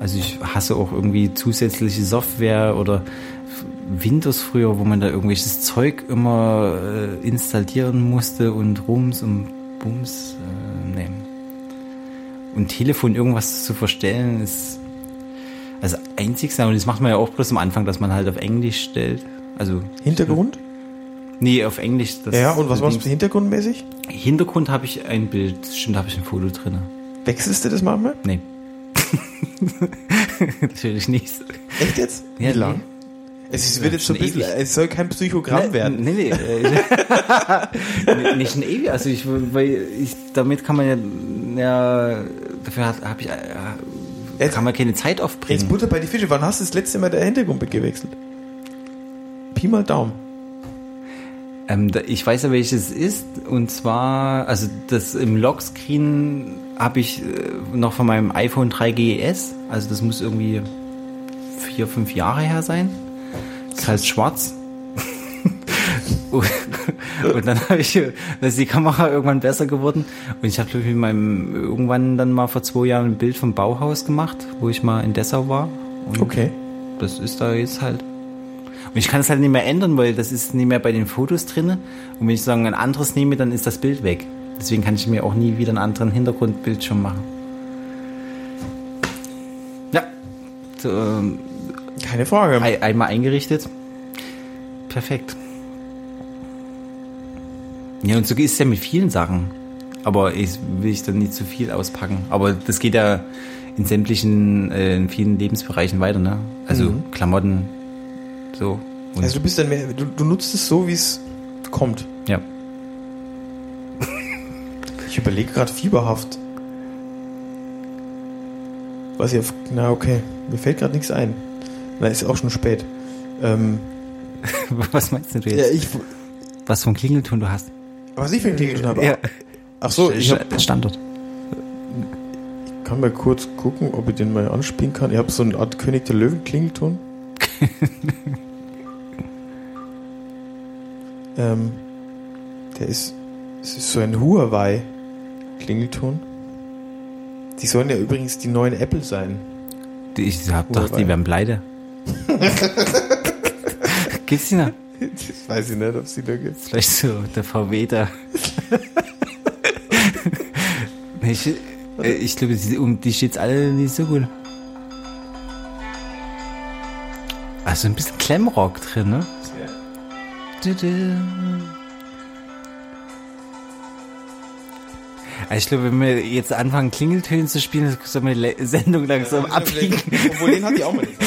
C: Also ich hasse auch irgendwie zusätzliche Software oder F- Windows früher, wo man da irgendwelches Zeug immer äh, installieren musste und Rums und Bums. Äh, nee. Und Telefon irgendwas zu verstellen ist also einzigste, und das macht man ja auch bloß am Anfang, dass man halt auf Englisch stellt. Also
B: Hintergrund?
C: Nee, auf Englisch. Das
B: Ja, und was machst du
C: Dings.
B: hintergrundmäßig?
C: Hintergrund habe ich ein Bild. Stimmt, habe ich ein Foto drin.
B: Wechselst du das manchmal?
C: Nee. Natürlich nicht.
B: Echt jetzt?
C: Ja,
B: Wie lang?
C: nee.
B: Es ist, wird jetzt so ein
C: schon
B: bisschen,
C: ewig.
B: es soll kein Psychogramm werden.
C: Nee, nee. äh, nicht ein ewig. Also ich, weil ich, damit kann man ja, ja dafür habe ich, äh,
B: Jetzt-
C: kann man keine Zeit
B: Jetzt
C: aufbringen.
B: Butter bei die Fische. Wann hast du das letzte Mal der Hintergrund gewechselt? Pi mal Daumen.
C: Ähm, da, ich weiß ja, welches es ist. Und zwar, also das im Lockscreen habe ich äh, noch von meinem iPhone 3GS. Also das muss irgendwie vier, fünf Jahre her sein. Das heißt schwarz. und und dann habe ich, dann ist die Kamera irgendwann besser geworden. Und ich habe glaub ich, mit meinem irgendwann dann mal vor zwei Jahren ein Bild vom Bauhaus gemacht, wo ich mal in Dessau war. Und
B: Okay.
C: das ist da jetzt halt. Und ich kann es halt nicht mehr ändern, weil das ist nicht mehr bei den Fotos drin. Und wenn ich sagen, ein anderes nehme, dann ist das Bild weg. Deswegen kann ich mir auch nie wieder einen anderen Hintergrundbildschirm machen. Ja. So, ähm,
B: Keine Frage.
C: ei- einmal eingerichtet. Perfekt. Ja, und so ist es ja mit vielen Sachen. Aber ich will ich dann nicht zu viel auspacken. Aber das geht ja in sämtlichen, äh, in vielen Lebensbereichen weiter, ne? Also Klamotten, so. Und,
B: Mhm. Also du bist dann mehr, du, du nutzt es so, wie es kommt.
C: ja.
B: Ich überlege gerade fieberhaft. Was ihr, na okay, mir fällt gerade nichts ein. Na, ist auch schon spät. Ähm,
C: Was meinst du
B: ja,
C: jetzt?
B: ich,
C: Was vom Klingelton du hast?
B: was ich für einen Klingelton habe. Ach so, ich hab,
C: Standort.
B: kann mal kurz gucken, ob ich den mal anspielen kann. Ich habe so eine Art König der Löwen Klingelton. ähm, der ist, es ist so ein Huawei Klingelton. Die sollen ja übrigens die neuen Apple sein.
C: Ich hab gedacht, die
B: Wobei.
C: werden pleite. Gibt's die noch?
B: Das weiß ich nicht, ob sie da gibt.
C: Vielleicht so der VW da. ich äh, ich glaube, die, um die steht's alle nicht so gut. Also ein bisschen Klemmrock drin, ne? Tudu. Also ich glaube, wenn wir jetzt anfangen, Klingeltöne zu spielen, soll man die Le- Sendung langsam abbiegen.
B: Obwohl, den hat die auch mal nicht.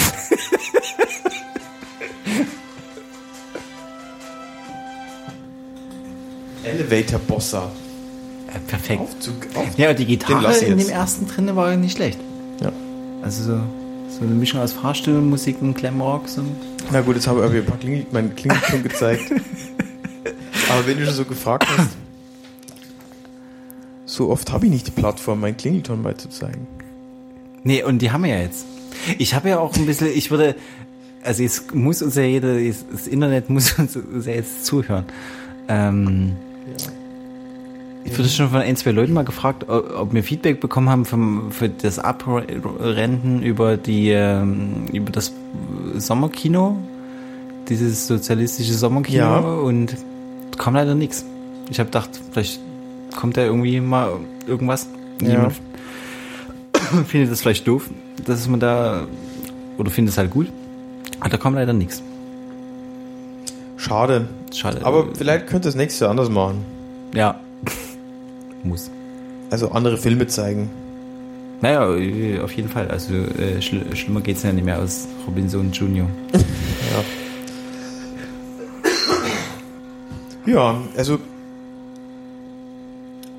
B: Elevator Bossa.
C: Ja, Äh, perfekt.
B: Aufzug. Auf.
C: Ja, und die
B: Den
C: Gitarre
B: lass
C: in dem
B: jetzt.
C: ersten drin war nicht schlecht.
B: Ja.
C: Also so, so eine Mischung aus Fahrstuhlmusik und Glamrock. So.
B: Na gut, jetzt habe ich irgendwie ein paar Kling meinen Klingelton gezeigt. Aber wenn du schon so gefragt hast, so oft habe ich nicht die Plattform, meinen Klingelton beizuzeigen.
C: Nee, und die haben wir ja jetzt. Ich habe ja auch ein bisschen, ich würde, also jetzt muss uns ja jeder, das Internet muss uns ja jetzt zuhören. Ähm, Ich wurde schon von ein, zwei Leuten mal gefragt, o- ob wir Feedback bekommen haben vom, für das Abrenten über die, ähm, über das Sommerkino, dieses sozialistische Sommerkino
B: Ja.
C: und kam leider nichts. Ich habe gedacht, vielleicht kommt da irgendwie mal irgendwas.
B: Ja.
C: Jemand findet das vielleicht doof, dass man da, oder findet es halt gut. Aber da kam leider nichts.
B: Schade.
C: Schade.
B: Aber vielleicht könnt ihr das nächste Jahr anders machen.
C: ja. Muss.
B: Also andere Filme zeigen.
C: Naja, äh, auf jeden Fall. Also äh, schl schlimmer geht's ja nicht mehr als Robinson Junior.
B: Ja, also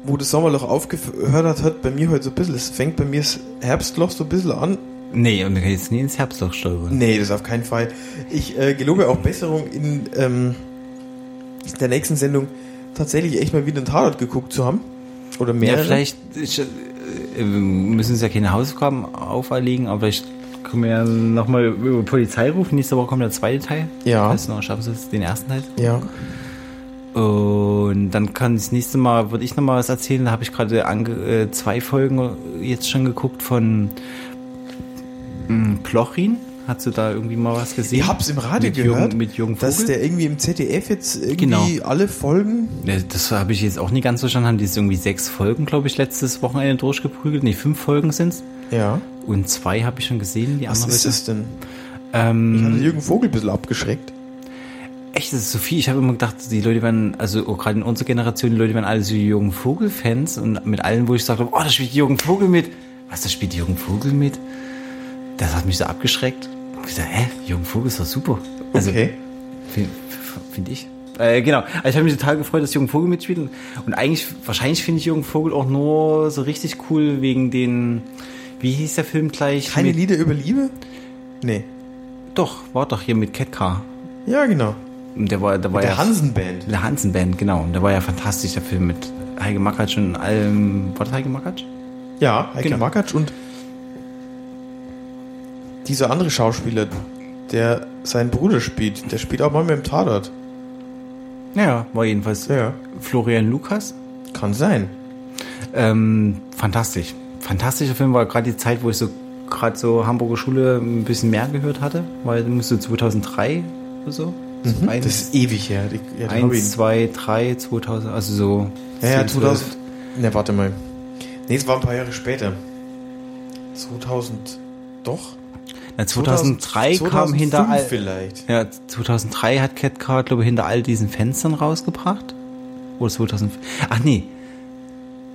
B: wo das Sommerloch aufgehört hat, hat bei mir heute so ein bisschen, es fängt bei mir das Herbstloch so ein bisschen an.
C: Nee, und du kannst jetzt nie ins Herbstloch stolpern.
B: Nee, das auf keinen Fall. Ich äh, gelobe auch Besserung in ähm, der nächsten Sendung tatsächlich echt mal wieder einen Tatort geguckt zu haben. Oder mehr.
C: ja, vielleicht ist, äh, wir müssen uns ja keine Hausaufgaben auferlegen, aber vielleicht können wir ja nochmal über Polizei rufen. Nächste Woche kommt der zweite Teil.
B: Ja.
C: Weißt du noch, schaffst du es, den ersten Teil?
B: Ja.
C: Und dann kann das nächste Mal, würde ich nochmal was erzählen, da habe ich gerade ange- äh, zwei Folgen jetzt schon geguckt von mm, Plochin. Hast du da irgendwie mal was gesehen?
B: Ich hab's im Radio
C: mit
B: gehört,
C: Jürgen, mit Jürgen
B: dass
C: Vogel?
B: der irgendwie im ZDF jetzt irgendwie
C: Genau.
B: alle Folgen.
C: Ne, Das habe ich jetzt auch nicht ganz verstanden. Haben die jetzt irgendwie sechs Folgen, glaube ich, letztes Wochenende durchgeprügelt? Nee, fünf Folgen sind's.
B: Ja.
C: Und zwei habe ich schon gesehen. Die
B: Was
C: andere
B: ist das denn? Ich hatte
C: Ähm,
B: Jürgen Vogel ein bisschen abgeschreckt.
C: echt, das ist so viel. Ich habe immer gedacht, die Leute werden, also oh, gerade in unserer Generation, die Leute werden alle so Jürgen Vogel-Fans. Und mit allen, wo ich sagte, oh, da spielt Jürgen Vogel mit. Was, da spielt Jürgen Vogel mit? Das hat mich so abgeschreckt. Ich dachte, hä, Jürgen Vogel ist doch super. Also,
B: Okay.
C: Finde find ich. Äh, genau. Also ich habe mich total gefreut, dass Jürgen Vogel mitspielt. Und- Und eigentlich, wahrscheinlich finde ich Jürgen Vogel auch nur so richtig cool wegen den. Wie hieß der Film gleich?
B: Keine
C: mit,
B: Lieder über Liebe? Nee.
C: Doch, war doch hier mit Cat Car.
B: Ja, genau.
C: Und der war, da war
B: Der
C: ja.
B: Hansen-Band.
C: Der Hansen Band, genau. Und der war ja fantastisch, der Film mit Heike Makatsch und allem. War das Heike Makatsch?
B: Ja, Heike
C: Genau.
B: Makatsch und dieser andere Schauspieler, der seinen Bruder spielt, der spielt auch mal mit dem Tatort.
C: Ja, war jedenfalls
B: Ja.
C: Florian Lukas.
B: Kann sein.
C: Ähm, fantastisch. Fantastischer Film war gerade die Zeit, wo ich so gerade so Hamburger Schule ein bisschen mehr gehört hatte, weil du musst so 2003 oder so. so
B: Mhm. Das
C: eins,
B: ist ewig her. Die, ja, die hab ich.
C: eins, zwei, drei, 2000, also so.
B: ja, ja,
C: 10, 12.
B: 2000. Ne, warte mal. Nee, es war ein paar Jahre später. 2000. Doch?
C: Na, 2003 kam
B: 2005
C: hinter all,
B: vielleicht.
C: ja, 2003 hat Cat Card, glaube ich, hinter all diesen Fenstern rausgebracht. Oder 2005. Ach nee.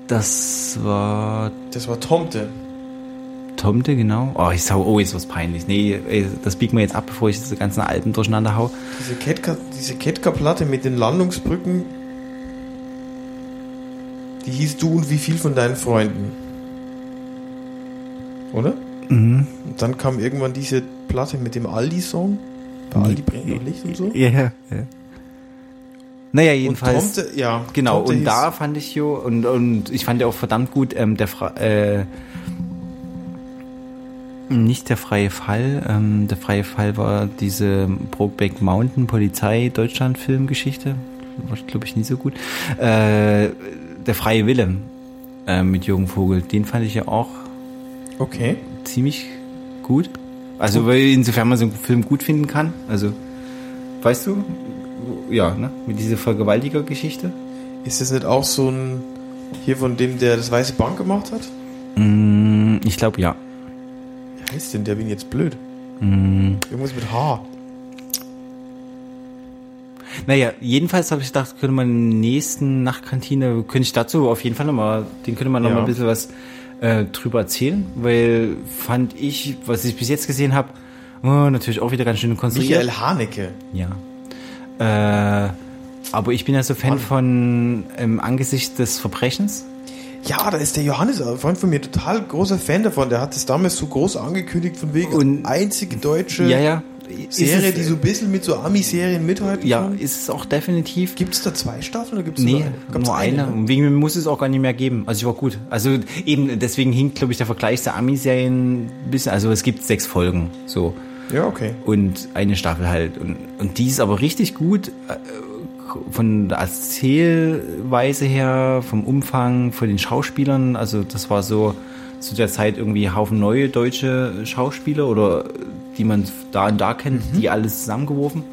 C: Das war
B: Das war Tomte.
C: Tomte, genau. Oh, ich sag, oh, jetzt was peinlich. Nee, ey, das biegen wir jetzt ab, bevor ich diese ganzen Alben durcheinander hau.
B: Diese Ketka, diese Ketka-Platte mit den Landungsbrücken, die hieß du und wie viel von deinen Freunden. Oder? Und dann kam irgendwann diese Platte mit dem Aldi-Song. Bei Aldi brennt noch Licht und so.
C: Ja, ja. Naja,
B: Und
C: jedenfalls.
B: Tomte, ja.
C: genau,
B: Tomte
C: und
B: hieß-
C: da fand ich jo, und, und ich fand ja auch verdammt gut, ähm, der Fra äh, nicht der freie Fall. Ähm, der freie Fall war diese Brokeback Mountain Polizei Deutschland Filmgeschichte. War, glaube ich, nie so gut. Äh, der freie Wille äh, mit Jürgen Vogel, den fand ich ja auch
B: Okay.
C: ziemlich gut. Also weil insofern man so einen Film gut finden kann. Also, weißt du, ja, ne? Mit dieser Vergewaltiger-Geschichte.
B: Ist das nicht auch so ein. Hier von dem, der das Weiße Bank gemacht hat?
C: Mm, ich glaube ja.
B: Wie heißt denn? Der bin jetzt blöd. Irgendwas mit H.
C: Naja, jedenfalls habe ich gedacht, könnte man in der nächsten Nachtkantine, könnte ich dazu auf jeden Fall nochmal, den könnte man nochmal
B: Ja.
C: ein bisschen was äh, drüber erzählen, weil fand ich, was ich bis jetzt gesehen habe, oh, natürlich auch wieder ganz schön konstruiert.
B: Michael Haneke.
C: Ja. Äh, Aber ich bin ja so Fan von ähm, Angesicht des Verbrechens.
B: Ja, da ist der Johannes, ein Freund von mir, total großer Fan davon. Der hat es damals so groß angekündigt, von wegen
C: Und-
B: einzige deutsche
C: Ja, ja.
B: Äh, Serie,
C: ist
B: die
C: es,
B: so ein bisschen mit so Ami-Serien mithalten
C: ja,
B: kann.
C: ist es auch definitiv.
B: Gibt es da zwei Staffeln oder gibt es
C: Nee,
B: Gab's
C: nur eine.
B: ne?
C: Und wegen mir muss es auch gar nicht mehr geben. Also ich war gut. Also eben deswegen hinkt, glaube ich, der Vergleich der Ami-Serien ein bisschen. Also es gibt sechs Folgen so
B: Ja, okay.
C: und eine Staffel halt. Und, und die ist aber richtig gut äh, von der Erzählweise her, vom Umfang, von den Schauspielern. Also das war so zu der Zeit irgendwie Haufen neue deutsche Schauspieler oder die man da und da kennt, die alles zusammengeworfen.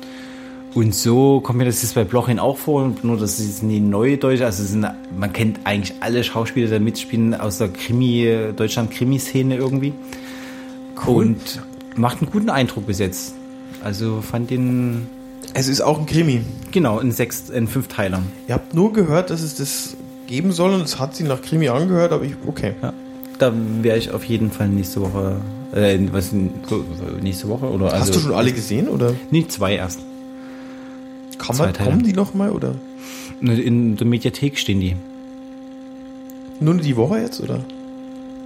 C: Und so kommt mir das jetzt bei Blochin auch vor, nur dass es jetzt nie neue Deutsche, also es sind, man kennt eigentlich alle Schauspieler, die da mitspielen aus der Krimi, Deutschland-Krimi-Szene irgendwie. Cool. Und macht einen guten Eindruck bis jetzt. Also fand den,
B: Es ist auch ein Krimi.
C: genau, in sechs, in Fünfteiler.
B: Ihr habt nur gehört, dass es das geben soll und es hat sich nach Krimi angehört, aber ich, okay.
C: Ja. Da wäre ich auf jeden Fall nächste Woche, äh, was, nächste Woche oder also,
B: Hast du schon alle gesehen oder
C: Nee, zwei erst.
B: kann
C: Zwei
B: man,
C: Teile.
B: kommen die nochmal oder
C: Ne, In der Mediathek stehen die.
B: nur die Woche jetzt oder?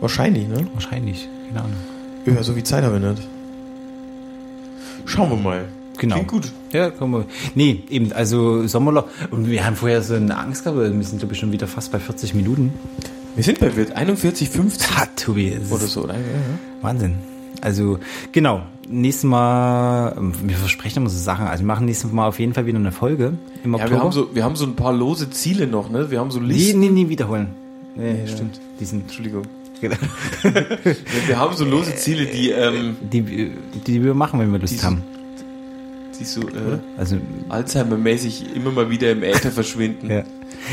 B: Wahrscheinlich, ne?
C: Wahrscheinlich. Keine Ahnung.
B: Ja, so viel Zeit haben wir nicht. Schauen wir mal.
C: Genau.
B: Klingt gut.
C: Ja, komm mal. Nee, eben, also Sommerloch. Und wir haben vorher so eine Angst gehabt, wir sind, glaube ich, schon wieder fast bei 40 Minuten.
B: Wir sind bei 41, 50
C: Ha, Tobi, es
B: oder
C: ist
B: so. Oder? Ja, ja.
C: Wahnsinn. Also, genau. Nächstes Mal, ähm, wir versprechen immer so Sachen. Also, wir machen nächstes Mal auf jeden Fall wieder eine Folge. Im Oktober.
D: Ja, wir haben, so, wir haben so ein paar lose Ziele noch, ne? Wir haben so
C: nee,
D: Listen.
C: nee, nee, wiederholen. Nee, stimmt. Die sind,
D: Entschuldigung. Wir haben so lose Ziele, die, ähm,
C: die, äh, die, die wir machen, wenn wir Lust
D: Die
C: haben.
D: die so äh,
C: Also,
D: Alzheimer-mäßig immer mal wieder im Äther verschwinden.
C: Ja.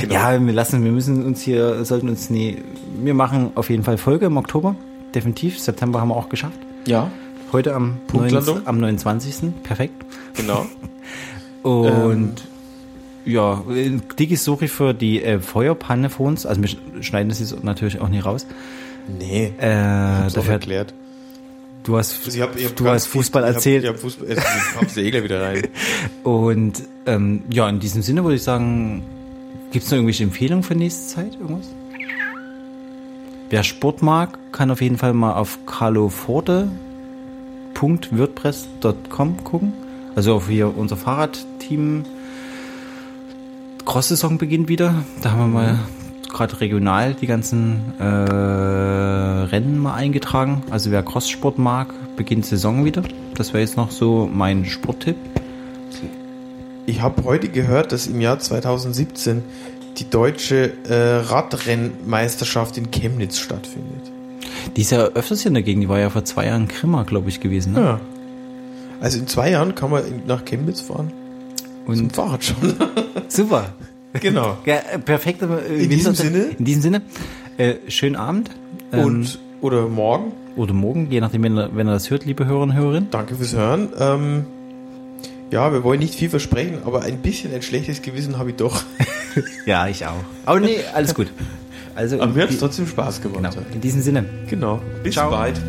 D: Genau.
C: Ja, wir lassen, wir müssen uns hier, sollten uns nie, wir machen auf jeden Fall Folge im Oktober, definitiv. September haben wir auch geschafft.
D: Ja,
C: Heute am,
D: Punktlandung.
C: 9, am 29. Perfekt.
D: genau.
C: Und
B: Ähm.
C: ja, äh, dickes Suche für die äh, Feuerpanne für uns. Also wir sch- schneiden das jetzt natürlich auch nicht raus.
B: Nee.
C: Äh,
B: auch
C: dafür,
B: erklärt.
C: du hast,
B: Also ich hab, ich hab
C: du
B: ganz
C: hast Fußball
B: viel-
C: erzählt.
B: Ich hab, ich hab Fußball, also ich hab's ja eh gleich wieder rein.
C: Und ähm, ja, in diesem Sinne würde ich sagen, gibt es noch irgendwelche Empfehlungen für nächste Zeit? Irgendwas? Wer Sport mag, kann auf jeden Fall mal auf carloforte.wordpress.com gucken. Also auf hier unser Fahrradteam. Cross-Saison beginnt wieder. Da haben wir mal gerade regional die ganzen äh, Rennen mal eingetragen. Also wer Cross-Sport mag, beginnt Saison wieder. Das wäre jetzt noch so mein Sporttipp.
B: Ich habe heute gehört, dass im Jahr 2017 die deutsche äh, Radrennmeisterschaft in Chemnitz stattfindet.
C: Die ist ja öfters hier in der Gegend. Die war ja vor zwei Jahren Krimmer, glaube ich, gewesen. Ne?
B: Ja. Also in zwei Jahren kann man in- nach Chemnitz fahren. Zum
C: Und
B: Fahrrad schon.
C: super.
B: genau.
C: Ja, äh, perfekt. aber, äh,
B: In diesem
C: Winter-
B: Sinne?
C: In diesem Sinne. Äh, schönen Abend. ähm,
B: Und oder morgen.
C: Oder morgen, je nachdem, wenn ihr, wenn ihr das hört, liebe Hörer und Hörerin.
B: Danke fürs Hören. Ähm, ja, wir wollen nicht viel versprechen, aber ein bisschen ein schlechtes Gewissen habe ich doch.
C: Ja, ich auch. Aber nee, alles gut. Also,
D: Aber mir hat es
C: in,
D: trotzdem Spaß gemacht.
C: genau, in diesem Sinne.
B: Genau.
D: Bis bald.